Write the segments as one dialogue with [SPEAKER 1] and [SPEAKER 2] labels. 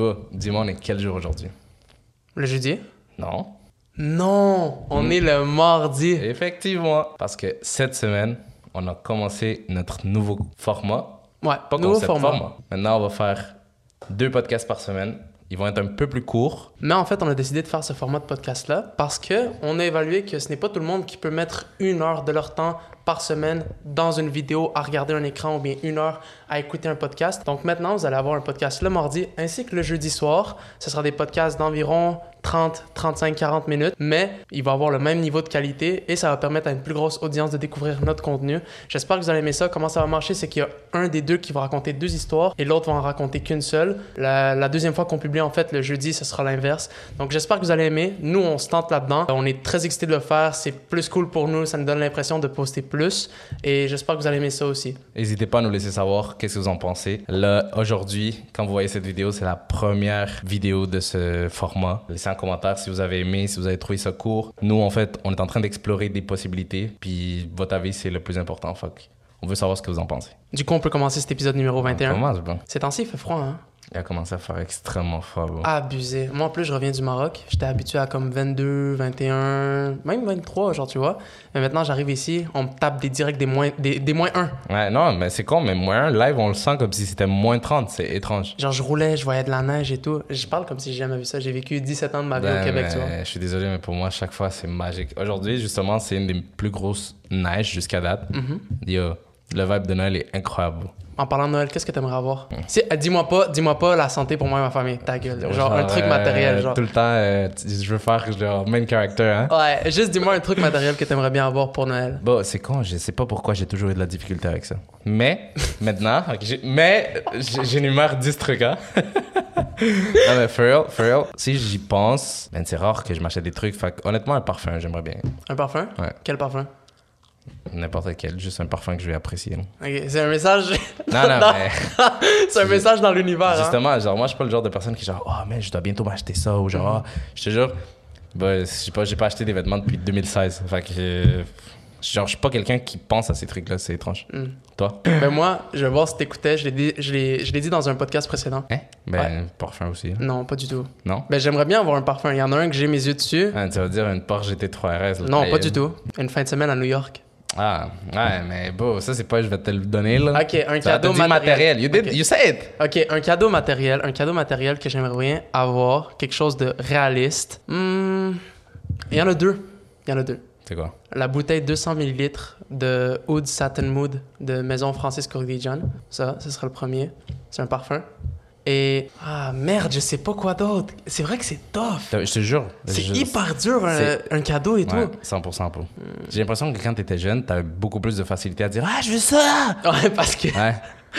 [SPEAKER 1] Bah, dis-moi, on est quel jour aujourd'hui?
[SPEAKER 2] Le jeudi? Hmm.
[SPEAKER 1] Non.
[SPEAKER 2] Non, on est le mardi.
[SPEAKER 1] Effectivement. Parce que cette semaine, on a commencé notre nouveau format.
[SPEAKER 2] Ouais,
[SPEAKER 1] Pas
[SPEAKER 2] nouveau
[SPEAKER 1] concept,
[SPEAKER 2] format.
[SPEAKER 1] Maintenant, on va faire deux podcasts par semaine. Ils vont être un peu plus courts.
[SPEAKER 2] Mais en fait, on a décidé de faire ce format de podcast-là parce que on a évalué que ce n'est pas tout le monde qui peut mettre une heure de leur temps par semaine dans une vidéo à regarder un écran ou bien une heure à écouter un podcast. Donc maintenant, vous allez avoir un podcast le mardi ainsi que le jeudi soir. Ce sera des podcasts d'environ 30, 35, 40 minutes, mais il va avoir le même niveau de qualité et ça va permettre à une plus grosse audience de découvrir notre contenu. J'espère que vous allez aimer ça. Comment ça va marcher, c'est qu'il y a un des deux qui va raconter deux histoires et l'autre va en raconter qu'une seule. La, la deuxième fois qu'on publie, en fait, le jeudi, ce sera l'inverse. Donc j'espère que vous allez aimer. Nous, on se tente là-dedans. On est très excités de le faire. C'est plus cool pour nous. Ça nous donne l'impression de poster plus. Et j'espère que vous allez aimer ça aussi.
[SPEAKER 1] N'hésitez pas à nous laisser savoir qu'est-ce que vous en pensez. Là, aujourd'hui, quand vous voyez cette vidéo, c'est la première vidéo de ce format. Laissez un commentaire si vous avez aimé, si vous avez trouvé ça court. Nous, en fait, on est en train d'explorer des possibilités. Puis votre avis, c'est le plus important. Fuck. On veut savoir ce que vous en pensez.
[SPEAKER 2] Du coup, on peut commencer cet épisode numéro 21.
[SPEAKER 1] Comment, c'est bon?
[SPEAKER 2] Ces temps-ci, il fait froid, hein?
[SPEAKER 1] Il a commencé à faire extrêmement fort. bro.
[SPEAKER 2] Ah. Abusé. Moi, en plus, je reviens du Maroc. J'étais habitué à comme 22, 21, même 23, genre, tu vois. Mais maintenant, j'arrive ici, on me tape des directs des moins, des, des moins 1.
[SPEAKER 1] Ouais, non, mais c'est con, mais moins live, on le sent comme si c'était moins 30, c'est étrange.
[SPEAKER 2] Genre, je roulais, je voyais de la neige et tout. Je parle comme si j'ai jamais vu ça. J'ai vécu 17 ans de ma vie
[SPEAKER 1] Ben,
[SPEAKER 2] au Québec, tu vois.
[SPEAKER 1] mais je suis désolé, mais pour moi, à chaque fois, c'est magique. Aujourd'hui, justement, c'est une des plus grosses neiges jusqu'à date.
[SPEAKER 2] Mhm.
[SPEAKER 1] Yo, le vibe de Noël est incroyable.
[SPEAKER 2] En parlant de Noël, qu'est-ce que t'aimerais avoir? Si- ah, dis-moi pas, dis-moi pas la santé pour moi et ma famille, ta gueule. Genre, un truc
[SPEAKER 1] euh,
[SPEAKER 2] matériel, genre.
[SPEAKER 1] Tout le temps, euh, tu- je veux faire genre main character, hein.
[SPEAKER 2] Ouais, juste dis-moi un truc matériel que t'aimerais bien avoir pour Noël.
[SPEAKER 1] Bon, c'est con, je sais pas pourquoi j'ai toujours eu de la difficulté avec ça. Mais, maintenant, ok, j'ai- mais j'ai- j'énumère 10 trucs, hein. non, mais for real, for real, si j'y pense, ben, c'est rare que je m'achète des trucs. Fait que, honnêtement, un parfum, j'aimerais bien.
[SPEAKER 2] Un parfum?
[SPEAKER 1] Ouais.
[SPEAKER 2] Quel parfum?
[SPEAKER 1] N'importe quel, juste un parfum que je vais apprécier. là.
[SPEAKER 2] Ok, c'est un message.
[SPEAKER 1] Non, non,
[SPEAKER 2] Non.
[SPEAKER 1] mais
[SPEAKER 2] c'est un message dans l'univers. hein.
[SPEAKER 1] justement, genre, moi, je suis pas le genre de personne qui, genre, oh, mais je dois bientôt m'acheter ça, ou genre, Ah, je te jure, bah, je sais pas, j'ai pas acheté des vêtements depuis 2016. Fait que, euh, genre, je suis pas quelqu'un qui pense à ces trucs-là, c'est étrange. Toi?
[SPEAKER 2] Ben moi, je vais voir si t'écoutais, je l'ai dit, je l'ai- je l'ai dit dans un podcast précédent.
[SPEAKER 1] Hein? Ben, parfum aussi. là.
[SPEAKER 2] Non, pas du tout.
[SPEAKER 1] Non?
[SPEAKER 2] Ben j'aimerais bien avoir un parfum. Il y en a un que j'ai mes yeux dessus.
[SPEAKER 1] Ah, tu vas dire une Porsche GT3 RS. là,
[SPEAKER 2] Non,
[SPEAKER 1] mais-
[SPEAKER 2] pas du tout. Une fin de semaine à New York.
[SPEAKER 1] Ah, ouais, mais bon, ça, c'est pas je vais te le donner, là.
[SPEAKER 2] Ok, un
[SPEAKER 1] Ça, t'as
[SPEAKER 2] cadeau
[SPEAKER 1] dit
[SPEAKER 2] matériel.
[SPEAKER 1] You, did,
[SPEAKER 2] Ok.
[SPEAKER 1] you said it!
[SPEAKER 2] Ok, un cadeau matériel, un cadeau matériel que j'aimerais bien avoir, quelque chose de réaliste. Hmm, il y en a deux, il y en a deux.
[SPEAKER 1] C'est quoi?
[SPEAKER 2] La bouteille 200 ml de Oud Satin Mood de Maison Francis Courdijan. Ça, ce sera le premier. C'est un parfum. Et ah merde, je sais pas quoi d'autre. C'est vrai que c'est tough.
[SPEAKER 1] Je te jure.
[SPEAKER 2] C'est
[SPEAKER 1] je-
[SPEAKER 2] hyper dur un,
[SPEAKER 1] c'est-
[SPEAKER 2] un cadeau et
[SPEAKER 1] Ouais,
[SPEAKER 2] tout.
[SPEAKER 1] 100% pour. J'ai l'impression que quand t'étais jeune, t'avais beaucoup plus de facilité à dire Ah, je veux ça!
[SPEAKER 2] Ouais, parce que
[SPEAKER 1] Ouais.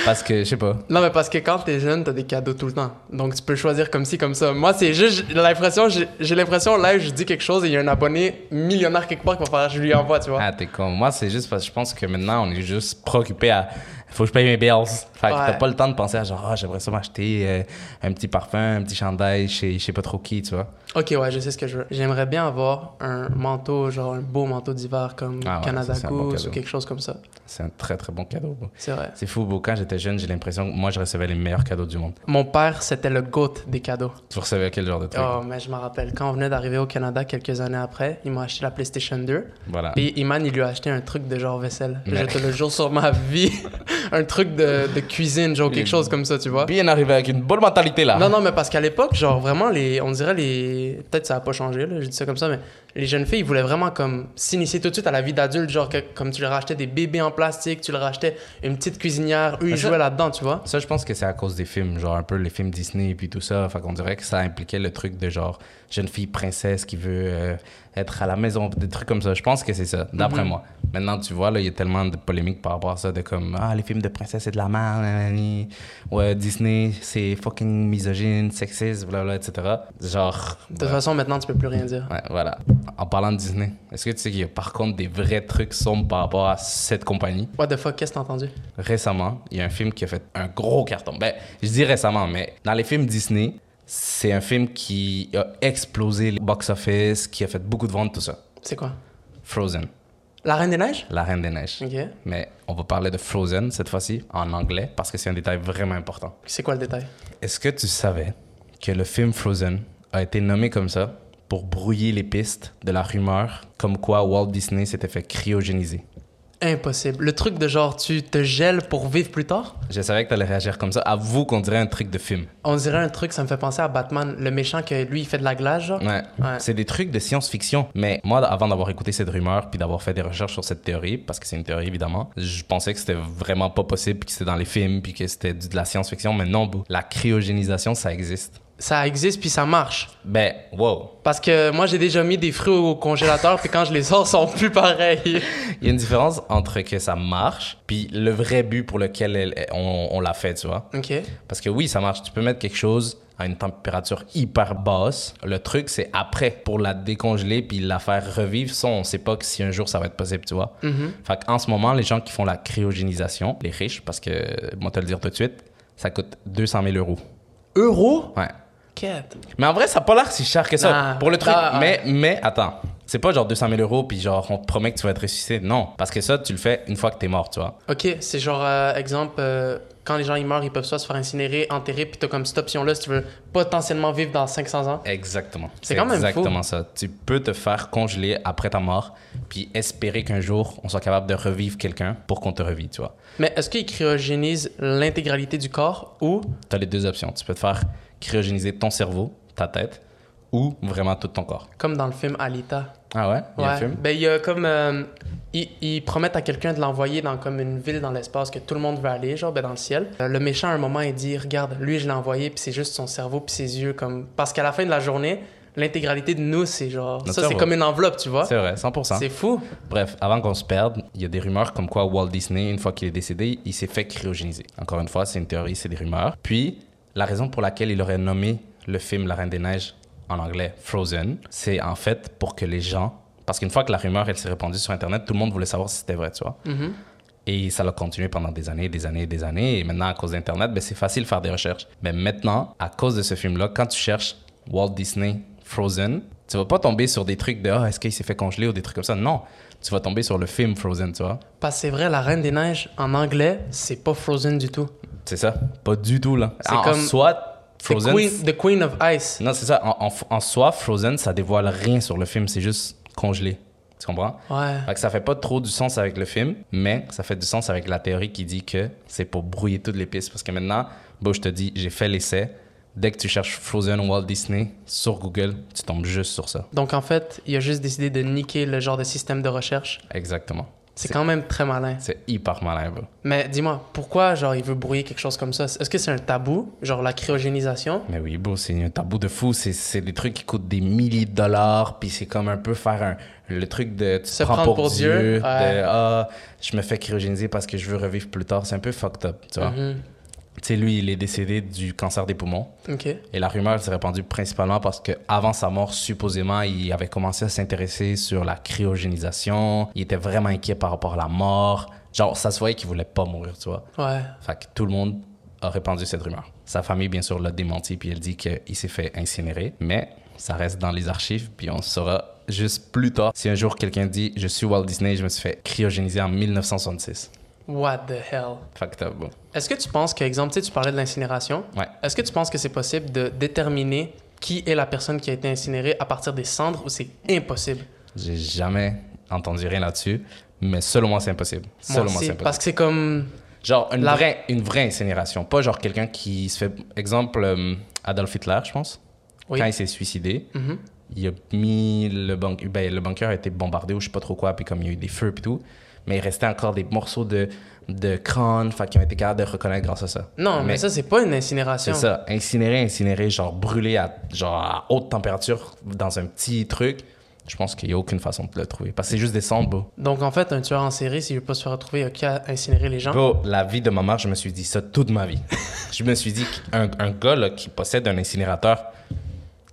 [SPEAKER 1] Parce que, je sais pas.
[SPEAKER 2] Non, mais parce que quand t'es jeune, t'as des cadeaux tout le temps. Donc tu peux choisir comme ci, comme ça. Moi, c'est juste j'ai l'impression, j'ai j'ai l'impression, là, je dis quelque chose et il y a un abonné millionnaire quelque part qui va faire, je lui envoie, tu vois.
[SPEAKER 1] Ah, t'es con. Moi, c'est juste parce que je pense que maintenant, on est juste préoccupé à. Faut que je paye mes bills. Fait que
[SPEAKER 2] Ouais.
[SPEAKER 1] t'as pas le temps de penser à genre, ah, j'aimerais ça m'acheter euh, un petit parfum, un petit chandail chez je sais pas trop qui, tu vois.
[SPEAKER 2] Ok, ouais, je sais ce que je veux. J'aimerais bien avoir un manteau, genre un beau manteau d'hiver comme
[SPEAKER 1] Ah ouais,
[SPEAKER 2] Canada
[SPEAKER 1] ça, c'est un bon
[SPEAKER 2] Goose
[SPEAKER 1] cadeau.
[SPEAKER 2] ou quelque chose comme ça.
[SPEAKER 1] C'est un très très bon cadeau. bro.
[SPEAKER 2] C'est vrai.
[SPEAKER 1] C'est fou, bro. Quand j'étais jeune, j'ai l'impression que moi, je recevais les meilleurs cadeaux du monde.
[SPEAKER 2] Mon père, c'était le goat des cadeaux.
[SPEAKER 1] Tu recevais quel genre de truc?
[SPEAKER 2] Oh, mais je me rappelle, quand on venait d'arriver au Canada quelques années après, il m'a acheté la PlayStation 2.
[SPEAKER 1] Voilà.
[SPEAKER 2] Puis Iman, il lui a acheté un truc de genre vaisselle.
[SPEAKER 1] Ah. Mais-
[SPEAKER 2] Je te le jure sur ma vie. un truc de, de cuisine, genre quelque chose comme ça, tu vois.
[SPEAKER 1] Bien arrivé avec une bonne mentalité là.
[SPEAKER 2] Non, non, mais parce qu'à l'époque, genre vraiment, les, on dirait les. Peut-être ça a pas changé, là, je dis ça comme ça, mais les jeunes filles, ils voulaient vraiment comme s'initier tout de suite à la vie d'adulte, genre que, comme tu leur achetais des bébés en plastique, tu leur achetais une petite cuisinière, eux,
[SPEAKER 1] Mais
[SPEAKER 2] ils
[SPEAKER 1] ça-
[SPEAKER 2] jouaient là-dedans, tu vois.
[SPEAKER 1] Ça, je pense que c'est à cause des films, genre un peu les films Disney et puis tout ça. Fait qu'on dirait que ça impliquait le truc de genre jeune fille princesse qui veut euh, être à la maison, des trucs comme ça. Je pense que c'est ça,
[SPEAKER 2] Mhm.
[SPEAKER 1] d'après moi. Maintenant, tu vois, là, il y a tellement de polémiques par rapport à ça, de comme ah, les films de princesse, c'est de la merde, nanani. ouais, Disney, c'est fucking misogyne, sexiste, blablabla, etc. Genre.
[SPEAKER 2] De toute façon, maintenant, tu peux plus rien dire.
[SPEAKER 1] Ouais, voilà. En parlant de Disney, est-ce que tu sais qu'il y a par contre des vrais trucs sombres par rapport à cette compagnie?
[SPEAKER 2] What the fuck, qu'est-ce que t'as entendu?
[SPEAKER 1] récemment, il y a un film qui a fait un gros carton. Ben, je dis récemment, mais dans les films Disney, c'est un film qui a explosé le box-office, qui a fait beaucoup de ventes, tout ça.
[SPEAKER 2] C'est quoi?
[SPEAKER 1] Frozen,
[SPEAKER 2] La Reine des Neiges?
[SPEAKER 1] La Reine des Neiges.
[SPEAKER 2] Ok.
[SPEAKER 1] Mais on va parler de Frozen cette fois-ci en anglais parce que c'est un détail vraiment important.
[SPEAKER 2] C'est quoi le détail?
[SPEAKER 1] Est-ce que tu savais que le film Frozen a été nommé comme ça pour brouiller les pistes de la rumeur comme quoi Walt Disney s'était fait cryogéniser.
[SPEAKER 2] Impossible. Le truc de genre, tu te gèles pour vivre plus tard,
[SPEAKER 1] Je savais que t'allais réagir comme ça. Avoue qu'on dirait un truc de film.
[SPEAKER 2] on dirait un truc, ça me fait penser à Batman, le méchant que lui, il fait de la glace, genre.
[SPEAKER 1] Ouais.
[SPEAKER 2] Ouais.
[SPEAKER 1] C'est des trucs de science-fiction. Mais moi, avant d'avoir écouté cette rumeur puis d'avoir fait des recherches sur cette théorie, parce que c'est une théorie évidemment, je pensais que c'était vraiment pas possible puis que c'était dans les films puis que c'était du- de la science-fiction. Mais non, bro. la cryogénisation, ça existe.
[SPEAKER 2] Ça existe puis ça marche.
[SPEAKER 1] Ben, wow.
[SPEAKER 2] Parce que moi, j'ai déjà mis des fruits au congélateur, puis quand je les sors, ils sont plus pareils.
[SPEAKER 1] Il y a une différence entre que ça marche puis le vrai but pour lequel elle- on, on l'a fait, tu vois.
[SPEAKER 2] OK.
[SPEAKER 1] Parce que oui, ça marche. Tu peux mettre quelque chose à une température hyper basse. Le truc, c'est après, pour la décongeler puis la faire revivre. Ça, on sait pas que si un jour ça va être possible, tu vois. Fait qu'en ce moment, les gens qui font la cryogénisation, les riches, parce que, moi, te le dire tout de suite, ça coûte 200 000 euros.
[SPEAKER 2] Euro?
[SPEAKER 1] Ouais.
[SPEAKER 2] Quête.
[SPEAKER 1] Mais en vrai, ça a pas l'air si cher que ça.
[SPEAKER 2] Non.
[SPEAKER 1] pour le truc.
[SPEAKER 2] Ah, ah.
[SPEAKER 1] mais, mais attends. C'est pas genre 200 000 euros puis genre on te promet que tu vas être ressuscité. Non. Parce que ça, tu le fais une fois que t'es mort, tu vois.
[SPEAKER 2] OK, c'est genre, euh, exemple, euh, quand les gens, ils meurent, ils peuvent soit se faire incinérer, enterrer, puis t'as comme cette option-là si tu veux potentiellement vivre dans 500 ans.
[SPEAKER 1] Exactement.
[SPEAKER 2] C'est quand même fou.
[SPEAKER 1] exactement ça. Tu peux te faire congeler après ta mort, puis espérer qu'un jour on soit capable de revivre quelqu'un pour qu'on te revive, tu vois.
[SPEAKER 2] Mais est-ce qu'ils cryogénisent l'intégralité du corps ou...
[SPEAKER 1] Tu as les deux options. Tu peux te faire cryogéniser ton cerveau, ta tête, ou vraiment tout ton corps.
[SPEAKER 2] Comme dans le film Alita.
[SPEAKER 1] Ah ouais? Il y a un film?
[SPEAKER 2] Ben, il y a comme. euh, ils, ils promettent à quelqu'un de l'envoyer dans comme une ville dans l'espace que tout le monde veut aller, genre ben, dans le ciel. Euh, le méchant, à un moment, il dit Regarde, lui, je l'ai envoyé, puis c'est juste son cerveau, puis ses yeux. comme Parce qu'à la fin de la journée, l'intégralité de nous, c'est genre.
[SPEAKER 1] Notre
[SPEAKER 2] ça, c'est
[SPEAKER 1] cerveau.
[SPEAKER 2] comme une enveloppe, tu vois.
[SPEAKER 1] C'est vrai, 100%.
[SPEAKER 2] C'est fou.
[SPEAKER 1] Bref, avant qu'on se perde, il y a des rumeurs comme quoi Walt Disney, une fois qu'il est décédé, il s'est fait cryogéniser. Encore une fois, c'est une théorie, c'est des rumeurs. Puis, la raison pour laquelle il aurait nommé le film La Reine des Neiges en anglais Frozen, c'est en fait pour que les gens. Parce qu'une fois que la rumeur elle s'est répandue sur Internet, tout le monde voulait savoir si c'était vrai, tu vois. Et ça l'a continué pendant des années, des années, des années. Et maintenant, à cause d'Internet, ben, c'est facile de faire des recherches. Mais maintenant, à cause de ce film-là, quand tu cherches Walt Disney Frozen, tu vas pas tomber sur des trucs de Ah, est-ce qu'il s'est fait congeler ou des trucs comme ça. Non, tu vas tomber sur le film Frozen, tu vois.
[SPEAKER 2] Parce que c'est vrai, la Reine des Neiges, en anglais, c'est pas Frozen du tout.
[SPEAKER 1] C'est ça. Pas du tout, là.
[SPEAKER 2] C'est
[SPEAKER 1] En,
[SPEAKER 2] comme-
[SPEAKER 1] soit,
[SPEAKER 2] C'est
[SPEAKER 1] Frozen.
[SPEAKER 2] Queen- The Queen of Ice.
[SPEAKER 1] Non, c'est ça. En, en- en soi, Frozen, ça dévoile rien sur le film. C'est juste congelé. Tu comprends?
[SPEAKER 2] Ouais.
[SPEAKER 1] Fait que ça fait pas trop du sens avec le film, mais ça fait du sens avec la théorie qui dit que c'est pour brouiller toutes les pistes. Parce que maintenant, bon, je te dis, j'ai fait l'essai. Dès que tu cherches Frozen Walt Disney sur Google, tu tombes juste sur ça.
[SPEAKER 2] Donc en fait, il a juste décidé de niquer le genre de système de recherche.
[SPEAKER 1] Exactement.
[SPEAKER 2] C'est quand même très malin.
[SPEAKER 1] C'est hyper malin, bro.
[SPEAKER 2] Mais dis-moi, pourquoi genre il veut brouiller quelque chose comme ça Est-ce que c'est un tabou, genre la cryogénisation
[SPEAKER 1] Mais oui, bro, c'est un tabou de fou. C'est- C'est des trucs qui coûtent des milliers de dollars. Puis c'est comme un peu faire un, le truc de tu te
[SPEAKER 2] Se
[SPEAKER 1] prends
[SPEAKER 2] prendre
[SPEAKER 1] pour,
[SPEAKER 2] pour
[SPEAKER 1] Dieu.
[SPEAKER 2] Dieu,
[SPEAKER 1] de,
[SPEAKER 2] ouais.
[SPEAKER 1] ah, je me fais cryogéniser parce que je veux revivre plus tard. C'est un peu fucked up, tu vois.
[SPEAKER 2] Mhm.
[SPEAKER 1] Tu sais, lui, il est décédé du cancer des poumons.
[SPEAKER 2] Ok.
[SPEAKER 1] Et la rumeur s'est répandue principalement parce que avant sa mort, supposément, il avait commencé à s'intéresser sur la cryogénisation. Il était vraiment inquiet par rapport à la mort. Genre, ça se voyait qu'il voulait pas mourir, tu vois.
[SPEAKER 2] Ouais.
[SPEAKER 1] Fait que tout le monde a répandu cette rumeur. Sa famille, bien sûr, l'a démenti, puis elle dit qu'il s'est fait incinérer. Mais ça reste dans les archives, puis on saura juste plus tard si un jour quelqu'un dit « Je suis Walt Disney, je me suis fait cryogéniser en 1966
[SPEAKER 2] What the hell ».
[SPEAKER 1] Fait que t'as- bon.
[SPEAKER 2] Est-ce que tu penses que, exemple, tu sais, tu parlais de l'incinération.
[SPEAKER 1] Ouais.
[SPEAKER 2] Est-ce que tu penses que c'est possible de déterminer qui est la personne qui a été incinérée à partir des cendres ou c'est impossible
[SPEAKER 1] J'ai jamais entendu rien là-dessus, mais selon moi, c'est impossible.
[SPEAKER 2] Moi
[SPEAKER 1] Selon moi,
[SPEAKER 2] aussi,
[SPEAKER 1] c'est
[SPEAKER 2] Parce
[SPEAKER 1] impossible.
[SPEAKER 2] que c'est comme.
[SPEAKER 1] Genre, une,
[SPEAKER 2] La-
[SPEAKER 1] vraie, une vraie incinération. Pas genre quelqu'un qui se fait. Exemple, euh, Adolf Hitler, je pense.
[SPEAKER 2] Oui.
[SPEAKER 1] Quand il s'est suicidé,
[SPEAKER 2] Mhm.
[SPEAKER 1] il a mis. Le, ban- ben, le bunker a été bombardé ou je sais pas trop quoi, puis comme il y a eu des feux et tout. Mais il restait encore des morceaux de, de crâne, fait qu'ils ont été capables de reconnaître grâce à ça.
[SPEAKER 2] Non, mais, ça, c'est pas une incinération.
[SPEAKER 1] C'est ça, incinéré, incinéré, genre brûlé à, genre à haute température dans un petit truc. Je pense qu'il n'y a aucune façon de le trouver. Parce que c'est juste des cendres, bro.
[SPEAKER 2] Donc en fait, un tueur en série, s'il veut pas se faire retrouver, il a qu'à incinérer les gens.
[SPEAKER 1] Bro, la vie de ma mère, je me suis dit ça toute ma vie. je me suis dit qu'un un gars là, qui possède un incinérateur,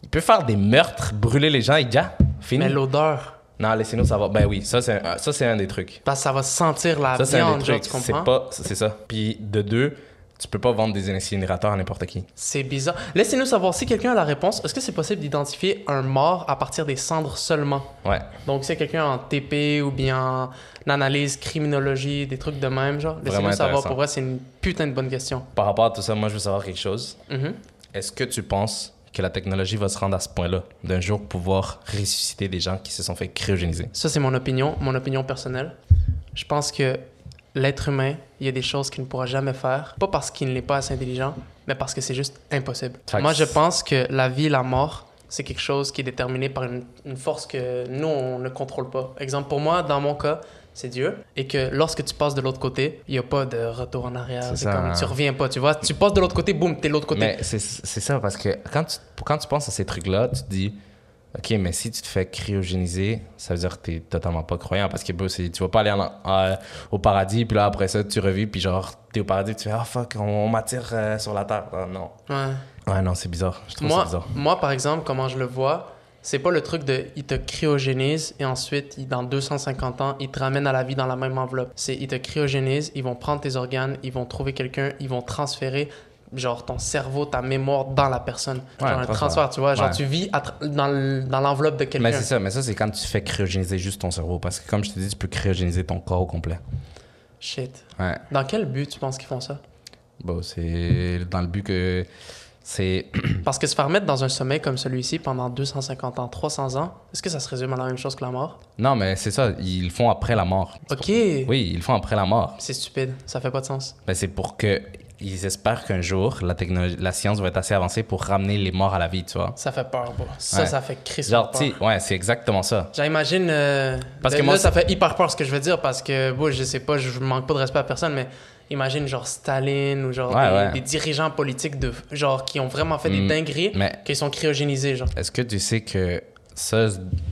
[SPEAKER 1] il peut faire des meurtres, brûler les gens et déjà, fini.
[SPEAKER 2] Mais l'odeur,
[SPEAKER 1] Non, laissez-nous savoir. Ben oui, ça c'est un, ça, c'est un des trucs.
[SPEAKER 2] parce que ça va sentir la
[SPEAKER 1] Ça c'est un
[SPEAKER 2] viande,
[SPEAKER 1] des
[SPEAKER 2] genre,
[SPEAKER 1] trucs.
[SPEAKER 2] tu
[SPEAKER 1] C'est
[SPEAKER 2] comprends
[SPEAKER 1] pas, c'est ça. Puis de deux, tu peux pas vendre des incinérateurs à n'importe qui.
[SPEAKER 2] C'est bizarre. Laissez-nous savoir si quelqu'un a la réponse. Est-ce que c'est possible d'identifier un mort à partir des cendres seulement?
[SPEAKER 1] Ouais.
[SPEAKER 2] Donc, si quelqu'un en TP ou bien en analyse, criminologie, des trucs de même, genre,
[SPEAKER 1] Vraiment
[SPEAKER 2] laissez-nous savoir.
[SPEAKER 1] intéressant.
[SPEAKER 2] Pour vrai, c'est une putain de bonne question.
[SPEAKER 1] Par rapport à tout ça, moi je veux savoir quelque chose.
[SPEAKER 2] Mhm.
[SPEAKER 1] Est-ce que tu penses que la technologie va se rendre à ce point-là, d'un jour pouvoir ressusciter des gens qui se sont fait cryogéniser.
[SPEAKER 2] Ça, c'est mon opinion, mon opinion personnelle. Je pense que l'être humain, il y a des choses qu'il ne pourra jamais faire, pas parce qu'il n'est pas assez intelligent, mais parce que c'est juste impossible.
[SPEAKER 1] Fait que
[SPEAKER 2] Moi, je
[SPEAKER 1] c'est-
[SPEAKER 2] pense que la vie, la mort, c'est quelque chose qui est déterminé par une, une force que nous, on ne contrôle pas. Exemple, pour moi, dans mon cas, c'est Dieu. Et que lorsque tu passes de l'autre côté, il n'y a pas de retour en arrière.
[SPEAKER 1] C'est
[SPEAKER 2] C'est
[SPEAKER 1] ça,
[SPEAKER 2] comme,
[SPEAKER 1] hein.
[SPEAKER 2] tu reviens pas, tu vois. Tu passes de l'autre côté, boum, t'es de l'autre côté.
[SPEAKER 1] Mais c'est c'est ça, parce que quand tu, quand tu penses à ces trucs-là, tu te dis, OK, mais si tu te fais cryogéniser, ça veut dire que t'es totalement pas croyant, parce que bro, c'est- tu vas pas aller en- en- au paradis, puis là, après ça, tu revis, puis genre, t'es au paradis, tu fais, ah fuck, on, on m'attire euh, sur la terre. Ah, non.
[SPEAKER 2] Ouais.
[SPEAKER 1] Ouais, non, c'est bizarre. Je trouve ça
[SPEAKER 2] Moi,
[SPEAKER 1] bizarre.
[SPEAKER 2] moi, par exemple, comment je le vois, c'est pas le truc de il te cryogénise et ensuite, il- dans 250 ans, il te ramène à la vie dans la même enveloppe. C'est ils te cryogénisent, ils vont prendre tes organes, ils vont trouver quelqu'un, ils vont transférer genre ton cerveau, ta mémoire dans la personne.
[SPEAKER 1] Ouais,
[SPEAKER 2] genre un
[SPEAKER 1] transfert.
[SPEAKER 2] transfert, tu vois. Genre
[SPEAKER 1] Ouais.
[SPEAKER 2] tu vis à tra- dans l- dans l'enveloppe de quelqu'un.
[SPEAKER 1] Mais c'est ça, mais ça, c'est quand tu fais cryogéniser juste ton cerveau, parce que comme je te dis, tu peux cryogéniser ton corps au complet.
[SPEAKER 2] Shit.
[SPEAKER 1] Ouais.
[SPEAKER 2] Dans quel but tu penses qu'ils font ça?
[SPEAKER 1] Bon, c'est dans le but que c'est.
[SPEAKER 2] Parce que se faire mettre dans un sommeil comme celui-ci pendant 250 ans, 300 ans, est-ce que ça se résume à la même chose que la mort?
[SPEAKER 1] Non, mais c'est ça, ils le font après la mort.
[SPEAKER 2] Ok.
[SPEAKER 1] Oui, ils le font après la mort.
[SPEAKER 2] C'est stupide, ça fait pas de sens.
[SPEAKER 1] Ben, c'est pour que. Ils espèrent qu'un jour, la, technologie, la science va être assez avancée pour ramener les morts à la vie, tu vois.
[SPEAKER 2] Ça fait peur, bro. Ça,
[SPEAKER 1] Ouais.
[SPEAKER 2] ça fait crissement
[SPEAKER 1] Genre,
[SPEAKER 2] peur.
[SPEAKER 1] tu sais, ouais, c'est exactement ça.
[SPEAKER 2] Genre, imagine. euh,
[SPEAKER 1] Parce
[SPEAKER 2] là,
[SPEAKER 1] que moi,
[SPEAKER 2] là, ça fait hyper peur ce que je veux dire parce que, bon, je sais pas, je je manque pas de respect à personne, mais imagine, genre, Staline ou genre
[SPEAKER 1] Ouais,
[SPEAKER 2] des,
[SPEAKER 1] ouais.
[SPEAKER 2] des dirigeants politiques de, genre, qui ont vraiment fait des
[SPEAKER 1] Mm.
[SPEAKER 2] dingueries,
[SPEAKER 1] Mais
[SPEAKER 2] qu'ils sont cryogénisés, genre.
[SPEAKER 1] est-ce que tu sais que ça,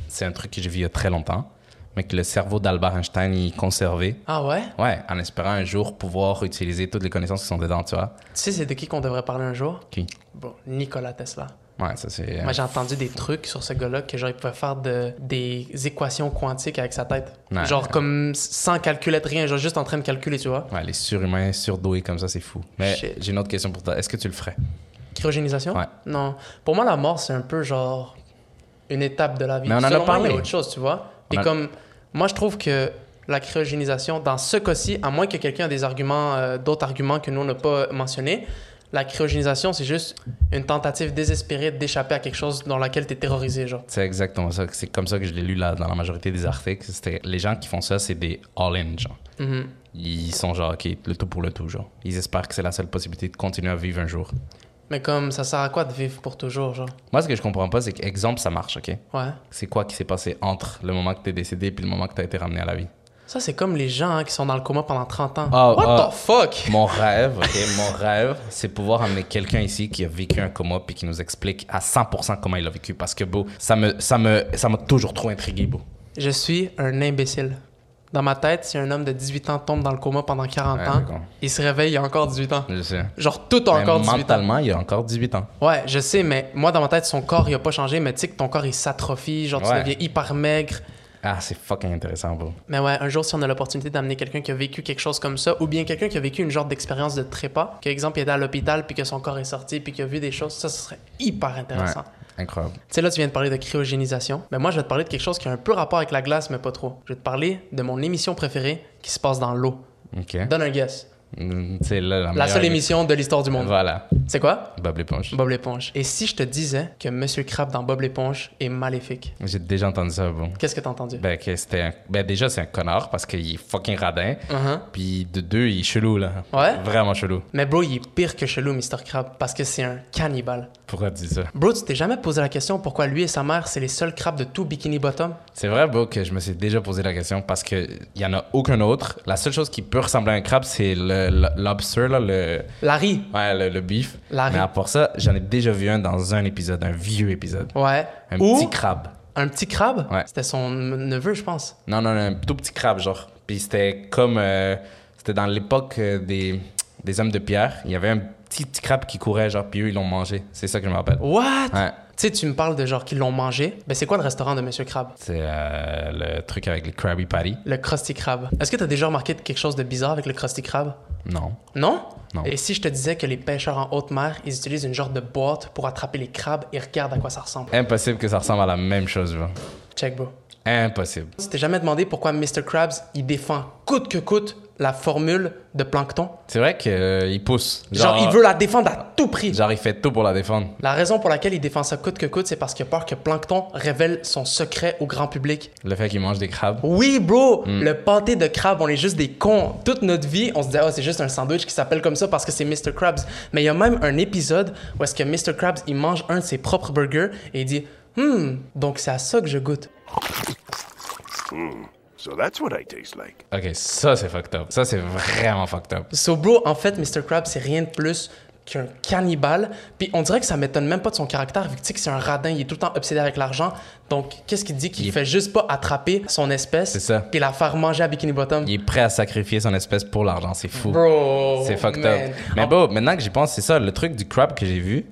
[SPEAKER 1] c'est un truc que j'ai vu il y a très longtemps, mais que le cerveau d'Albert Einstein y conservé?
[SPEAKER 2] Ah ouais?
[SPEAKER 1] Ouais, en espérant un jour pouvoir utiliser toutes les connaissances qui sont dedans, tu vois.
[SPEAKER 2] Tu sais, c'est de qui qu'on devrait parler un jour?
[SPEAKER 1] Qui?
[SPEAKER 2] Bon, Nikola Tesla.
[SPEAKER 1] Ouais, ça c'est.
[SPEAKER 2] Moi, j'ai entendu des trucs sur ce gars-là que, genre, il pouvait faire de- des équations quantiques avec sa tête.
[SPEAKER 1] Ouais.
[SPEAKER 2] Genre, comme sans calculer de rien, genre, juste en train de calculer, tu vois.
[SPEAKER 1] Ouais, les surhumains, surdoués comme ça, c'est fou. Mais
[SPEAKER 2] Shit.
[SPEAKER 1] j'ai une autre question pour toi. Est-ce que tu le ferais?
[SPEAKER 2] Cryogénisation?
[SPEAKER 1] Ouais.
[SPEAKER 2] Non. Pour moi, la mort, c'est un peu genre une étape de la vie.
[SPEAKER 1] Mais on en a
[SPEAKER 2] Selon moi,
[SPEAKER 1] parlé.
[SPEAKER 2] il y a autre chose, tu vois. Puis
[SPEAKER 1] On a-
[SPEAKER 2] comme, moi, je trouve que la cryogénisation, dans ce cas-ci, à moins que quelqu'un ait des arguments, euh, d'autres arguments que nous, on n'a pas mentionnés, la cryogénisation, c'est juste une tentative désespérée d'échapper à quelque chose dans laquelle tu es terrorisé, genre.
[SPEAKER 1] C'est exactement ça. C'est comme ça que je l'ai lu là, dans la majorité des articles. C'était les gens qui font ça, c'est des all-in, genre.
[SPEAKER 2] Mhm.
[SPEAKER 1] Ils sont genre, OK, le tout pour le tout, genre. Ils espèrent que c'est la seule possibilité de continuer à vivre un jour.
[SPEAKER 2] Mais comme, ça sert à quoi de vivre pour toujours, genre?
[SPEAKER 1] Moi, ce que je comprends pas, c'est qu'exemple, ça marche, OK?
[SPEAKER 2] Ouais.
[SPEAKER 1] C'est quoi qui s'est passé entre le moment que t'es décédé et le moment que t'as été ramené à la vie?
[SPEAKER 2] Ça, c'est comme les gens hein, qui sont dans le coma pendant 30 ans.
[SPEAKER 1] Ah,
[SPEAKER 2] What
[SPEAKER 1] ah.
[SPEAKER 2] the fuck?
[SPEAKER 1] Mon rêve, OK, mon rêve, c'est pouvoir amener quelqu'un ici qui a vécu un coma puis qui nous explique à 100% comment il l'a vécu. Parce que, beau, ça me, ça me, ça m'a toujours trop intrigué, beau.
[SPEAKER 2] Je suis un imbécile. Dans ma tête, si un homme de 18 ans tombe dans le coma pendant 40
[SPEAKER 1] Ouais,
[SPEAKER 2] ans,
[SPEAKER 1] d'accord.
[SPEAKER 2] il se réveille, il a encore 18 ans.
[SPEAKER 1] Je sais.
[SPEAKER 2] Genre, tout a
[SPEAKER 1] Mais
[SPEAKER 2] encore 18 ans.
[SPEAKER 1] mentalement, il a encore 18 ans.
[SPEAKER 2] Ouais, je sais, mais moi, dans ma tête, son corps, il a pas changé, mais tu sais que ton corps, il s'atrophie, genre, tu
[SPEAKER 1] Ouais.
[SPEAKER 2] deviens hyper maigre.
[SPEAKER 1] Ah, c'est fucking intéressant, bro.
[SPEAKER 2] Mais ouais, un jour, si on a l'opportunité d'amener quelqu'un qui a vécu quelque chose comme ça, ou bien quelqu'un qui a vécu une genre d'expérience de trépas, qu'exemple, il était à l'hôpital, puis que son corps est sorti, puis qu'il a vu des choses, ça, ce serait hyper intéressant.
[SPEAKER 1] Incroyable.
[SPEAKER 2] Tu sais, là, tu viens de parler de cryogénisation. Mais moi, je vais te parler de quelque chose qui a un peu rapport avec la glace, mais pas trop. Je vais te parler de mon émission préférée qui se passe dans l'eau.
[SPEAKER 1] OK.
[SPEAKER 2] Donne un guess.
[SPEAKER 1] Mm, C'est là la,
[SPEAKER 2] La
[SPEAKER 1] meilleure
[SPEAKER 2] seule émission de l'histoire du monde.
[SPEAKER 1] Voilà.
[SPEAKER 2] C'est quoi?
[SPEAKER 1] Bob l'éponge.
[SPEAKER 2] Bob l'éponge. Et si je te disais que Monsieur Crabbe dans Bob l'éponge est maléfique,
[SPEAKER 1] J'ai déjà entendu ça, bro.
[SPEAKER 2] qu'est-ce que t'as entendu?
[SPEAKER 1] Ben, que c'était un- ben, déjà, c'est un connard parce qu'il est fucking radin.
[SPEAKER 2] Uh-huh.
[SPEAKER 1] Puis de deux, il est chelou, là.
[SPEAKER 2] Ouais?
[SPEAKER 1] Vraiment chelou.
[SPEAKER 2] Mais bro, il est pire que chelou, Mr. Crabbe, parce que c'est un cannibale.
[SPEAKER 1] Pourquoi tu dis ça?
[SPEAKER 2] Bro, tu t'es jamais posé la question pourquoi lui et sa mère, c'est les seuls crabes de tout Bikini Bottom?
[SPEAKER 1] C'est vrai, bro, que je me suis déjà posé la question parce qu'il n'y en a aucun autre. La seule chose qui peut ressembler à un crabe, c'est le, le- lobster, là, le,
[SPEAKER 2] Larry!
[SPEAKER 1] ouais, le, le beef.
[SPEAKER 2] Larry.
[SPEAKER 1] Mais à part ça, j'en ai déjà vu un dans un épisode, un vieux épisode.
[SPEAKER 2] Ouais.
[SPEAKER 1] Un
[SPEAKER 2] Ou
[SPEAKER 1] petit crabe.
[SPEAKER 2] un petit crabe?
[SPEAKER 1] Ouais.
[SPEAKER 2] C'était son neveu, je pense.
[SPEAKER 1] Non, non, non, un tout petit crabe, genre. Puis c'était comme. euh, c'était dans l'époque euh, des, des hommes de pierre. Il y avait un petit, petit crabe qui courait, genre, puis eux, ils l'ont mangé. C'est ça que je me rappelle.
[SPEAKER 2] What?
[SPEAKER 1] Ouais.
[SPEAKER 2] Tu sais, tu me parles de genre qu'ils l'ont mangé. Ben, c'est quoi le restaurant de Monsieur Crabbe?
[SPEAKER 1] C'est euh, le truc avec les Krabby Patty.
[SPEAKER 2] Le Krusty Crab. Est-ce que t'as déjà remarqué quelque chose de bizarre avec le Krusty Crab?
[SPEAKER 1] Non.
[SPEAKER 2] Non?
[SPEAKER 1] Non.
[SPEAKER 2] Et si je te disais que les pêcheurs en haute mer, ils utilisent une genre de boîte pour attraper les crabes et regarde à quoi ça ressemble.
[SPEAKER 1] Impossible que ça ressemble à la même chose, bro.
[SPEAKER 2] Check, bro.
[SPEAKER 1] Impossible.
[SPEAKER 2] Tu t'es jamais demandé pourquoi Mr. Krabs, il défend coûte que coûte la formule de plancton?
[SPEAKER 1] C'est vrai qu'il pousse.
[SPEAKER 2] Genre, il veut la défendre à tout prix.
[SPEAKER 1] euh, Genre, il fait tout pour la défendre.
[SPEAKER 2] La raison pour laquelle il défend ça coûte que coûte, c'est parce qu'il a peur que Plankton révèle son secret au grand public.
[SPEAKER 1] Le fait qu'il mange des crabes.
[SPEAKER 2] Oui, bro,
[SPEAKER 1] Hmm.
[SPEAKER 2] le pâté de crabe, on est juste des cons. Toute notre vie, on se dit, oh, c'est juste un sandwich qui s'appelle comme ça parce que c'est Mr. Krabs. Mais il y a même un épisode où est-ce que Mr. Krabs, il mange un de ses propres burgers et il dit, hmm, donc c'est à ça que je goûte.
[SPEAKER 3] So that's what I taste like.
[SPEAKER 1] Ok, ça, c'est fucked up. Ça, c'est vraiment fucked up.
[SPEAKER 2] So, bro, en fait, Mr. Krabs, c'est rien de plus qu'un cannibale. Puis on dirait que ça m'étonne même pas de son caractère, vu que tu sais que c'est un radin, il est tout le temps obsédé avec l'argent. Donc, qu'est-ce qu'il dit qu'il
[SPEAKER 1] Il-
[SPEAKER 2] fait juste pas attraper son espèce
[SPEAKER 1] C'est ça.
[SPEAKER 2] puis la faire manger à Bikini Bottom?
[SPEAKER 1] Il est prêt à sacrifier son espèce pour l'argent, c'est fou.
[SPEAKER 2] Bro!
[SPEAKER 1] C'est fucked
[SPEAKER 2] man.
[SPEAKER 1] up. Mais
[SPEAKER 2] En-
[SPEAKER 1] bon, maintenant que j'y pense, c'est ça. Le truc du crab que j'ai vu,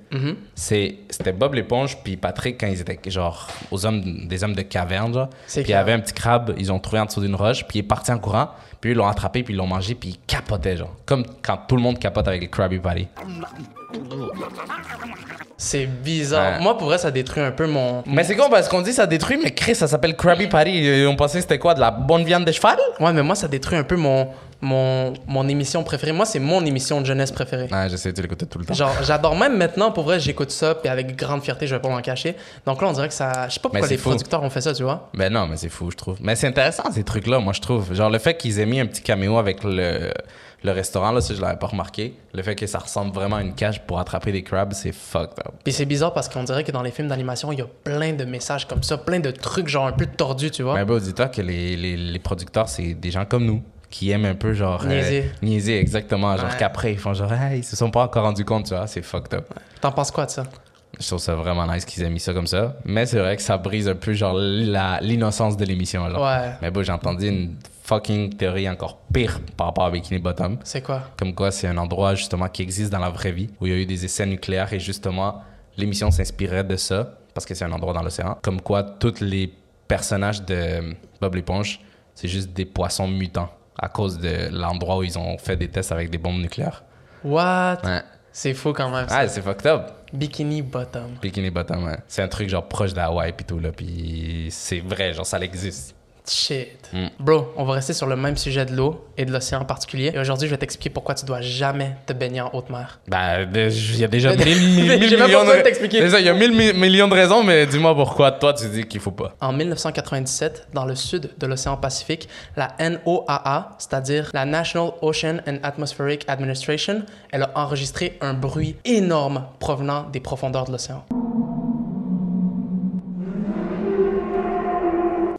[SPEAKER 1] c'est c'était Bob l'éponge puis Patrick quand ils étaient genre aux hommes des hommes de caverne, genre.
[SPEAKER 2] C'est
[SPEAKER 1] Puis il y
[SPEAKER 2] clair.
[SPEAKER 1] avait un petit crabe, ils ont trouvé en dessous d'une roche, puis il est parti en courant, puis ils l'ont attrapé, puis ils l'ont mangé, puis il capotait, genre. Comme quand tout le monde capote avec le Krabby Patty.
[SPEAKER 2] C'est bizarre.
[SPEAKER 1] Ouais.
[SPEAKER 2] Moi, pour vrai, ça détruit un peu mon.
[SPEAKER 1] Mais c'est con parce qu'on dit ça détruit, mais Chris, ça s'appelle Krabby Patty. Ils ont pensé que c'était quoi, de la bonne viande de cheval?
[SPEAKER 2] Ouais, mais moi, ça détruit un peu mon, mon, mon émission préférée. Moi, c'est mon émission de jeunesse préférée.
[SPEAKER 1] Ouais, j'essaie de l'écouter tout le temps.
[SPEAKER 2] Genre, j'adore même maintenant, pour vrai, j'écoute ça, puis avec grande fierté, je vais pas m'en cacher. Donc là, on dirait que ça. Je sais pas pourquoi
[SPEAKER 1] c'est
[SPEAKER 2] les
[SPEAKER 1] fou.
[SPEAKER 2] producteurs ont fait ça, tu vois.
[SPEAKER 1] Ben non, mais c'est fou, je trouve. Mais c'est intéressant, ces trucs-là, moi, je trouve. Genre, le fait qu'ils aient mis un petit caméo avec le, le restaurant, là, ça, je l'avais pas remarqué. Le fait que ça ressemble vraiment à une cage pour attraper des crabs, c'est fucked up.
[SPEAKER 2] Puis c'est bizarre parce qu'on dirait que dans les films d'animation, il y a plein de messages comme ça, plein de trucs genre un peu tordus, tu vois.
[SPEAKER 1] Mais ben, dis-toi que les, les, les producteurs, c'est des gens comme nous qui aiment un peu, genre. euh,
[SPEAKER 2] Niaiser.
[SPEAKER 1] niaiser, exactement. Genre,
[SPEAKER 2] Ouais.
[SPEAKER 1] qu'après, ils font genre, hey, ils se sont pas encore rendus compte, tu vois, c'est fucked up.
[SPEAKER 2] T'en penses quoi de ça?
[SPEAKER 1] Je trouve ça vraiment nice qu'ils aient mis ça comme ça. Mais c'est vrai que ça brise un peu, genre, la- l'innocence de l'émission, genre.
[SPEAKER 2] Ouais.
[SPEAKER 1] Mais bon, j'ai entendu une fucking théorie encore pire par rapport à Bikini Bottom.
[SPEAKER 2] C'est quoi?
[SPEAKER 1] Comme quoi, c'est un endroit justement qui existe dans la vraie vie, où il y a eu des essais nucléaires et justement, l'émission s'inspirait de ça, parce que c'est un endroit dans l'océan. Comme quoi, tous les personnages de Bob l'éponge, c'est juste des poissons mutants à cause de l'endroit où ils ont fait des tests avec des bombes nucléaires.
[SPEAKER 2] What?
[SPEAKER 1] Ouais.
[SPEAKER 2] C'est fou quand même. ça.
[SPEAKER 1] Ah, c'est fucked up.
[SPEAKER 2] Bikini Bottom.
[SPEAKER 1] Bikini Bottom, ouais. C'est un truc genre proche d'Hawaï puis tout, là. Puis c'est vrai, genre ça existe.
[SPEAKER 2] Shit. Bro, on va rester sur le même sujet de l'eau et de l'océan en particulier. Et aujourd'hui, je vais t'expliquer pourquoi tu dois jamais te baigner en haute mer.
[SPEAKER 1] Ben, de- il y a déjà
[SPEAKER 2] Mais-
[SPEAKER 1] mille, mi-
[SPEAKER 2] mais
[SPEAKER 1] mille
[SPEAKER 2] j'ai même pas
[SPEAKER 1] millions
[SPEAKER 2] besoin de
[SPEAKER 1] ra-
[SPEAKER 2] t'expliquer.
[SPEAKER 1] C'est ça, il y a mille mi- millions de raisons, mais dis-moi pourquoi toi tu dis qu'il faut pas.
[SPEAKER 2] En 1997, dans le sud de l'océan Pacifique, la NOAA, c'est-à-dire la National Ocean and Atmospheric Administration, elle a enregistré un bruit énorme provenant des profondeurs de l'océan.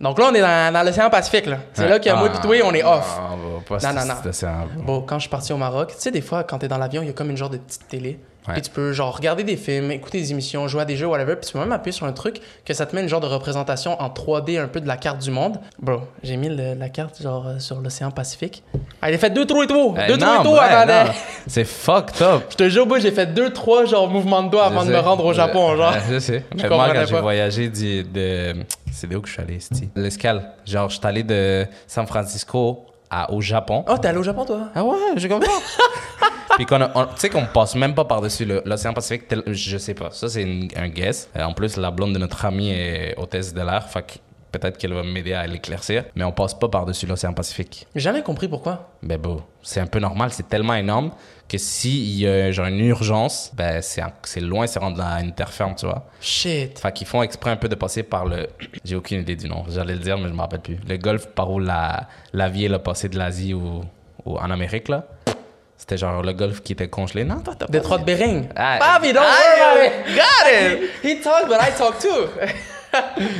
[SPEAKER 2] Donc là, on est dans, dans l'océan Pacifique. là. C'est là qu'il y a
[SPEAKER 1] Ah,
[SPEAKER 2] moi pis toi, on est off.
[SPEAKER 1] ah, on va pas
[SPEAKER 2] Non,
[SPEAKER 1] se-
[SPEAKER 2] non, Euh, non.
[SPEAKER 1] c'est- c'est un-
[SPEAKER 2] Bon, quand je suis parti au Maroc, tu sais, des fois, quand t'es dans l'avion, il y a comme une genre de petite télé.
[SPEAKER 1] Ouais.
[SPEAKER 2] Puis tu peux, genre, regarder des films, écouter des émissions, jouer à des jeux, whatever. Puis tu peux même appuyer sur un truc que ça te met une genre de représentation en 3D un peu de la carte du monde. Bro, j'ai mis le- la carte, genre, euh, sur l'océan Pacifique. Ah, il a fait deux trous et tout!
[SPEAKER 1] Eh,
[SPEAKER 2] deux trous
[SPEAKER 1] non,
[SPEAKER 2] et tout
[SPEAKER 1] ouais,
[SPEAKER 2] avant de-
[SPEAKER 1] non. C'est fucked up.
[SPEAKER 2] Je te jure, boy, j'ai fait deux, trois, genre, mouvements de doigts avant
[SPEAKER 1] Je
[SPEAKER 2] de me
[SPEAKER 1] sais.
[SPEAKER 2] rendre au
[SPEAKER 1] Je-
[SPEAKER 2] Japon, genre.
[SPEAKER 1] Ouais, Je sais. Mais moi,
[SPEAKER 2] comprenais
[SPEAKER 1] quand j'ai
[SPEAKER 2] pas.
[SPEAKER 1] voyagé du- de. C'est de où que je suis allé, c'ti? L'escale. Genre, je suis allé de San Francisco à, au Japon.
[SPEAKER 2] Oh, t'es allé au Japon, toi?
[SPEAKER 1] Ah ouais, j'ai compris. Puis qu'on a- on- tu sais qu'on passe même pas par-dessus le- l'océan Pacifique, tel- je sais pas. Ça, c'est une- un guess. Euh, en plus, la blonde de notre ami est hôtesse de l'air, fait que peut-être qu'elle va m'aider à l'éclaircir. Mais on passe pas par-dessus l'océan Pacifique.
[SPEAKER 2] J'ai jamais compris pourquoi.
[SPEAKER 1] Ben beau, c'est un peu normal, c'est tellement énorme que s'il y a genre une urgence, ben c'est en- c'est loin, c'est rendre à une terre ferme, tu vois.
[SPEAKER 2] Shit.
[SPEAKER 1] Fait qu'ils font exprès un peu de passer par le. J'ai aucune idée du nom, j'allais le dire, mais je me rappelle plus. Le golfe par où la, la vie elle a passé de l'Asie ou, ou en Amérique, là. C'était genre le golfe qui était congelé. Non, toi, t'as pas
[SPEAKER 2] Détroit de
[SPEAKER 1] dit.
[SPEAKER 2] Bering.
[SPEAKER 1] Ah,
[SPEAKER 2] Ah, mais don't
[SPEAKER 1] ah,
[SPEAKER 2] worry about it. He talks, but I talk too.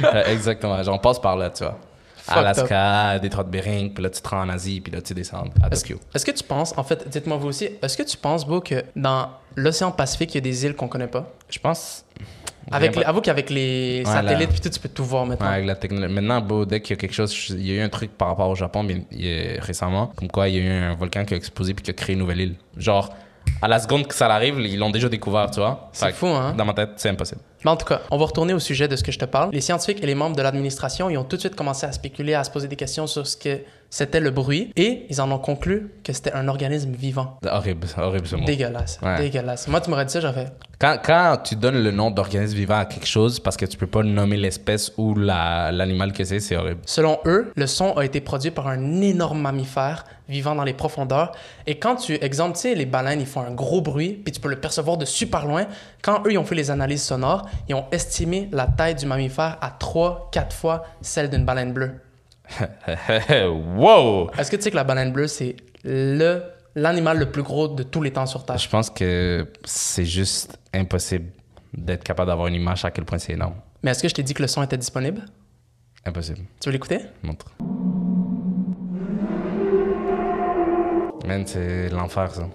[SPEAKER 1] Euh, Exactement, genre on passe par là, tu vois.
[SPEAKER 2] Fucked
[SPEAKER 1] Alaska, Détroit de Bering, puis là tu te rends en Asie, puis là tu descends à
[SPEAKER 2] Est-ce
[SPEAKER 1] Tokyo.
[SPEAKER 2] est-ce que tu penses, en fait, dites-moi vous aussi, est-ce que tu penses, Beau, que dans l'océan Pacifique, il y a des îles qu'on connaît pas
[SPEAKER 1] Je pense.
[SPEAKER 2] avec
[SPEAKER 1] Rien
[SPEAKER 2] les- Avoue qu'avec les
[SPEAKER 1] Ouais,
[SPEAKER 2] satellites,
[SPEAKER 1] là.
[SPEAKER 2] puis tout, tu peux tout voir
[SPEAKER 1] Ouais,
[SPEAKER 2] maintenant.
[SPEAKER 1] avec la technologie. Maintenant, beau, dès qu'il y a quelque chose, je- il y a eu un truc par rapport au Japon bien- il y a- récemment, comme quoi il y a eu un volcan qui a explosé puis qui a créé une nouvelle île. Genre, à la seconde que ça arrive, ils l'ont déjà découvert, tu vois.
[SPEAKER 2] C'est
[SPEAKER 1] Fait que
[SPEAKER 2] fou, hein?
[SPEAKER 1] Dans ma tête, c'est impossible.
[SPEAKER 2] Mais en tout cas, on va retourner au sujet de ce que je te parle. Les scientifiques et les membres de l'administration, ils ont tout de suite commencé à spéculer, à se poser des questions sur ce que c'était le bruit. Et ils en ont conclu que c'était un organisme vivant.
[SPEAKER 1] Horrible, horrible ce mot.
[SPEAKER 2] Dégueulasse,
[SPEAKER 1] Ouais.
[SPEAKER 2] dégueulasse. Moi, tu m'aurais dit ça, j'aurais fait.
[SPEAKER 1] Quand, quand tu donnes le nom d'organisme vivant à quelque chose parce que tu peux pas nommer l'espèce ou la- l'animal que c'est, c'est horrible.
[SPEAKER 2] Selon eux, le son a été produit par un énorme mammifère vivant dans les profondeurs. Et quand tu exemptes, tu sais, les baleines, ils font un gros bruit, puis tu peux le percevoir de super loin. Quand eux, ils ont fait les analyses sonores, ils ont estimé la taille du mammifère à 3-4 fois celle d'une baleine bleue.
[SPEAKER 1] wow!
[SPEAKER 2] Est-ce que tu sais que la baleine bleue, c'est le l'animal le plus gros de tous les temps sur Terre?
[SPEAKER 1] Je pense que c'est juste impossible d'être capable d'avoir une image à quel point c'est énorme.
[SPEAKER 2] Mais est-ce que je t'ai dit que le son était disponible?
[SPEAKER 1] Impossible.
[SPEAKER 2] Tu veux l'écouter?
[SPEAKER 1] Montre. Man, c'est l'enfer, ça.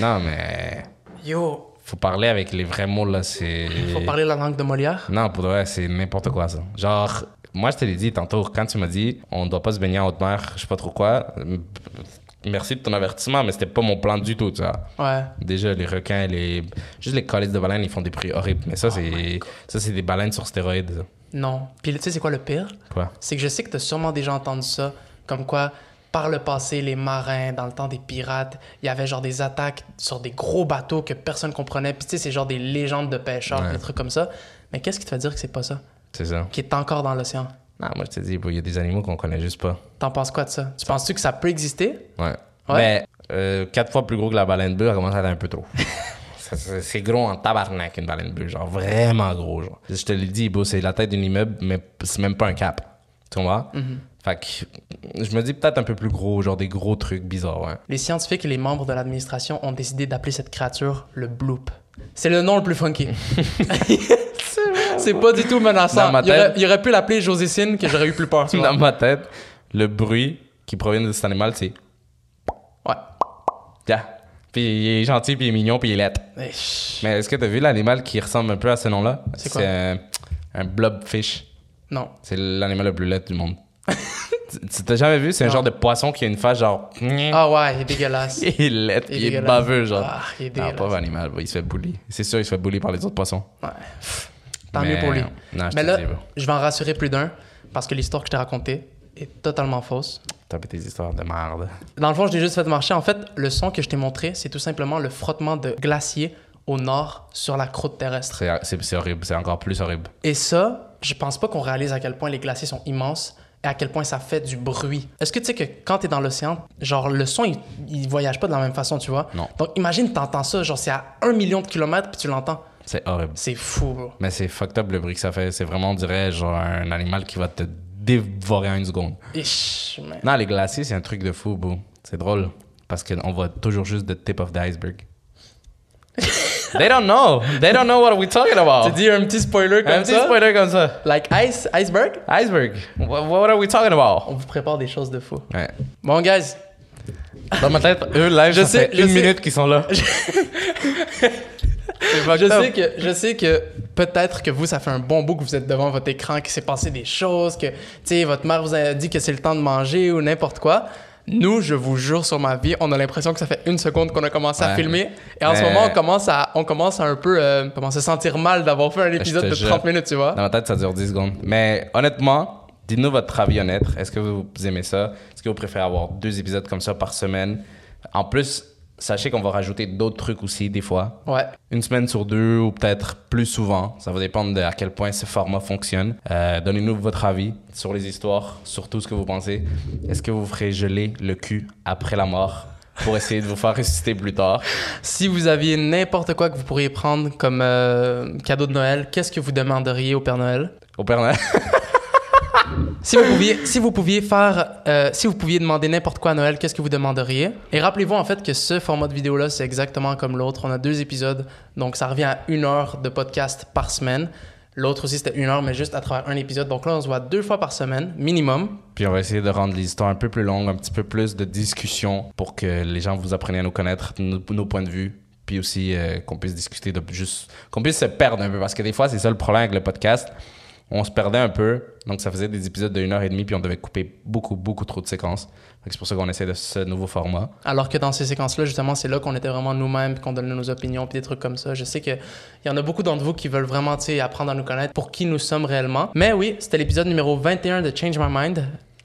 [SPEAKER 1] non, mais.
[SPEAKER 2] Yo!
[SPEAKER 1] Faut parler avec les vrais mots, là. C'est.
[SPEAKER 2] Faut parler la langue de Molière?
[SPEAKER 1] Non, pour de vrai, c'est n'importe quoi, ça. Genre, moi, je te l'ai dit tantôt, quand tu m'as dit on doit pas se baigner en haute mer, je sais pas trop quoi. euh, Merci de ton avertissement, mais c'était pas mon plan du tout, tu vois.
[SPEAKER 2] Ouais.
[SPEAKER 1] Déjà, les requins, les. Juste les colis de baleines, ils font des prix horribles.
[SPEAKER 2] Oh
[SPEAKER 1] Mais ça, c'est. Ça, c'est des baleines sur stéroïdes. ça.
[SPEAKER 2] Non. Puis tu sais, c'est quoi le pire?
[SPEAKER 1] Quoi?
[SPEAKER 2] c'est que je sais que tu as sûrement déjà entendu ça, comme quoi, par le passé, les marins, dans le temps des pirates, il y avait genre des attaques sur des gros bateaux que personne comprenait. Puis tu sais, c'est genre des légendes de pêcheurs,
[SPEAKER 1] Ouais.
[SPEAKER 2] des trucs comme ça. Mais qu'est-ce qui te fait dire que c'est pas ça,
[SPEAKER 1] C'est ça.
[SPEAKER 2] qui est encore dans l'océan?
[SPEAKER 1] Non, moi, je te dis, il y a des animaux qu'on connaît juste pas.
[SPEAKER 2] T'en penses quoi de ça? Tu penses-tu que ça peut exister?
[SPEAKER 1] Ouais.
[SPEAKER 2] Ouais.
[SPEAKER 1] Mais euh, quatre fois plus gros que la baleine bleue, ça commence à être un peu trop. Ça, c'est c'est gros en tabarnak, une baleine bleue. Genre, vraiment gros. Genre. Je te l'ai dit, bro, c'est la tête d'un immeuble, mais c'est même pas un cap. Tu comprends? Fait que je me dis peut-être un peu plus gros, genre des gros trucs bizarres, hein. ouais.
[SPEAKER 2] Les scientifiques et les membres de l'administration ont décidé d'appeler cette créature le bloop. C'est le nom le plus funky. c'est pas du tout menaçant.
[SPEAKER 1] Dans ma
[SPEAKER 2] Il aurait,
[SPEAKER 1] tête-
[SPEAKER 2] il aurait pu l'appeler Josécine, que j'aurais eu plus peur. tu vois.
[SPEAKER 1] Dans ma tête, le bruit qui provient de cet animal, c'est.
[SPEAKER 2] Ouais.
[SPEAKER 1] Yeah. Puis il est gentil, puis il est mignon, puis il est laid.
[SPEAKER 2] Eh, chut.
[SPEAKER 1] Mais est-ce que t'as vu l'animal qui ressemble un peu à ce nom-là?
[SPEAKER 2] C'est quoi?
[SPEAKER 1] un, un blobfish.
[SPEAKER 2] Non.
[SPEAKER 1] C'est l'animal le plus laid du monde. Tu- tu t'as jamais vu? C'est un
[SPEAKER 2] Non.
[SPEAKER 1] genre de poisson qui a une face genre.
[SPEAKER 2] Ah ouais, il est dégueulasse.
[SPEAKER 1] Il est laid,
[SPEAKER 2] Il est
[SPEAKER 1] il est
[SPEAKER 2] dégueulasse.
[SPEAKER 1] baveux, genre.
[SPEAKER 2] Ah, il est
[SPEAKER 1] non,
[SPEAKER 2] dégueulasse.
[SPEAKER 1] pauvre animal, bah, il se fait bully. C'est sûr, il se fait bully par les autres poissons.
[SPEAKER 2] Ouais. Pff, Tant mieux pour lui.
[SPEAKER 1] Non, je
[SPEAKER 2] Mais
[SPEAKER 1] te
[SPEAKER 2] là,
[SPEAKER 1] dis, bro.
[SPEAKER 2] je vais en rassurer plus d'un parce que l'histoire que je t'ai racontée est totalement fausse.
[SPEAKER 1] T'as fait tes histoires de merde.
[SPEAKER 2] Dans le fond, je l'ai juste fait marcher. En fait, le son que je t'ai montré, c'est tout simplement le frottement de glaciers au nord sur la croûte terrestre.
[SPEAKER 1] C'est c'est- c'est horrible, c'est encore plus horrible.
[SPEAKER 2] Et ça, je pense pas qu'on réalise à quel point les glaciers sont immenses et à quel point ça fait du bruit. Est-ce que tu sais que quand t'es dans l'océan, genre le son, il, il voyage pas de la même façon, tu vois?
[SPEAKER 1] Non.
[SPEAKER 2] Donc imagine, t'entends ça, genre c'est à un million de kilomètres puis tu l'entends.
[SPEAKER 1] C'est horrible.
[SPEAKER 2] C'est fou, bro.
[SPEAKER 1] Mais c'est fucked up le bruit que ça fait. C'est vraiment, on dirait, genre un animal qui va te dévorer en une seconde.
[SPEAKER 2] Ish, man.
[SPEAKER 1] Non, les glaciers, c'est un truc de fou, bro. C'est drôle. Parce qu'on voit toujours juste the tip of the iceberg. They don't know. They don't know what we're talking about.
[SPEAKER 2] Tu dis Ah. un petit spoiler comme
[SPEAKER 1] un petit
[SPEAKER 2] ça?
[SPEAKER 1] spoiler comme ça.
[SPEAKER 2] Like ice, iceberg?
[SPEAKER 1] Iceberg. Wha- What, are we talking about?
[SPEAKER 2] On vous prépare des choses de fou.
[SPEAKER 1] Ouais.
[SPEAKER 2] Bon, guys,
[SPEAKER 1] Dans ma tête, eux, live,
[SPEAKER 2] Je
[SPEAKER 1] ça
[SPEAKER 2] sais,
[SPEAKER 1] fait
[SPEAKER 2] je
[SPEAKER 1] une
[SPEAKER 2] sais.
[SPEAKER 1] minute qu'ils sont là.
[SPEAKER 2] je sais que, je sais que peut-être que vous, ça fait un bon bout que vous êtes devant votre écran, qu'il s'est passé des choses, que, tu sais, votre mère vous a dit que c'est le temps de manger ou n'importe quoi. Nous, je vous jure sur ma vie, on a l'impression que ça fait une seconde qu'on a commencé à
[SPEAKER 1] Ouais.
[SPEAKER 2] filmer. Et en ce
[SPEAKER 1] Mais-
[SPEAKER 2] moment, on commence à, on commence à un peu euh, comment, se sentir mal d'avoir fait un épisode
[SPEAKER 1] te
[SPEAKER 2] de
[SPEAKER 1] jure.
[SPEAKER 2] 30 minutes, tu vois.
[SPEAKER 1] Dans ma tête, ça dure 10 secondes. Mais honnêtement, dites-nous votre avis honnête. Est-ce que vous aimez ça? Est-ce que vous préférez avoir deux épisodes comme ça par semaine? En plus, sachez qu'on va rajouter d'autres trucs aussi, des fois.
[SPEAKER 2] Ouais.
[SPEAKER 1] une semaine sur deux ou peut-être plus souvent. Ça va dépendre de à quel point ce format fonctionne. Euh, Donnez-nous votre avis sur les histoires, sur tout ce que vous pensez. Est-ce que vous ferez geler le cul après la mort pour essayer de vous faire ressusciter plus tard?
[SPEAKER 2] Si vous aviez n'importe quoi que vous pourriez prendre comme euh, cadeau de Noël, qu'est-ce que vous demanderiez au Père Noël?
[SPEAKER 1] Au Père Noël?
[SPEAKER 2] Si vous pouviez, si vous pouviez faire, euh, si vous pouviez demander n'importe quoi à Noël, qu'est-ce que vous demanderiez Et rappelez-vous en fait que ce format de vidéo là, c'est exactement comme l'autre. On a deux épisodes, donc ça revient à une heure de podcast par semaine. L'autre aussi c'était une heure, mais juste à travers un épisode. Donc là, on se voit deux fois par semaine minimum.
[SPEAKER 1] Puis on va essayer de rendre les histoires un peu plus longues, un petit peu plus de discussion pour que les gens vous apprennent à nous connaître, nos, nos points de vue. Puis aussi euh, qu'on puisse discuter de juste. qu'on puisse se perdre un peu. Parce que des fois, c'est ça le problème avec le podcast. On se perdait un peu. Donc ça faisait des épisodes de 1h30, puis on devait couper beaucoup, beaucoup trop de séquences. Fait que C'est pour ça qu'on essaie de ce nouveau format.
[SPEAKER 2] Alors que dans ces séquences-là, justement, c'est là qu'on était vraiment nous-mêmes, puis qu'on donnait nos opinions, puis des trucs comme ça. Je sais qu'il y en a beaucoup d'entre vous qui veulent vraiment tu sais, apprendre à nous connaître pour qui nous sommes réellement. Mais oui, c'était l'épisode numéro 21 de Change My Mind.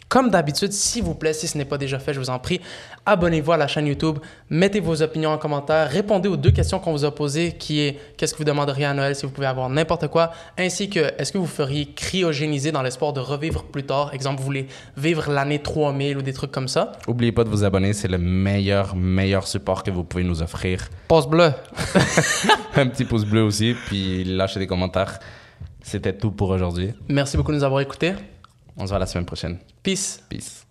[SPEAKER 2] Comme d'habitude, s'il vous plaît, si ce n'est pas déjà fait, je vous en prie, abonnez-vous à la chaîne YouTube, mettez vos opinions en commentaire, répondez aux deux questions qu'on vous a posées, qui est qu'est-ce que vous demanderiez à Noël si vous pouvez avoir n'importe quoi, ainsi que est-ce que vous feriez cryogéniser dans l'espoir de revivre plus tard, exemple, vous voulez vivre l'année 3000 ou des trucs comme ça.
[SPEAKER 1] Oubliez pas de vous abonner, c'est le meilleur, meilleur support que vous pouvez nous offrir.
[SPEAKER 2] Passe bleu.
[SPEAKER 1] Un petit pouce bleu aussi, puis lâchez des commentaires. C'était tout pour aujourd'hui.
[SPEAKER 2] Merci beaucoup de nous avoir écoutés.
[SPEAKER 1] On se voit la semaine prochaine.
[SPEAKER 2] Peace.
[SPEAKER 1] Peace.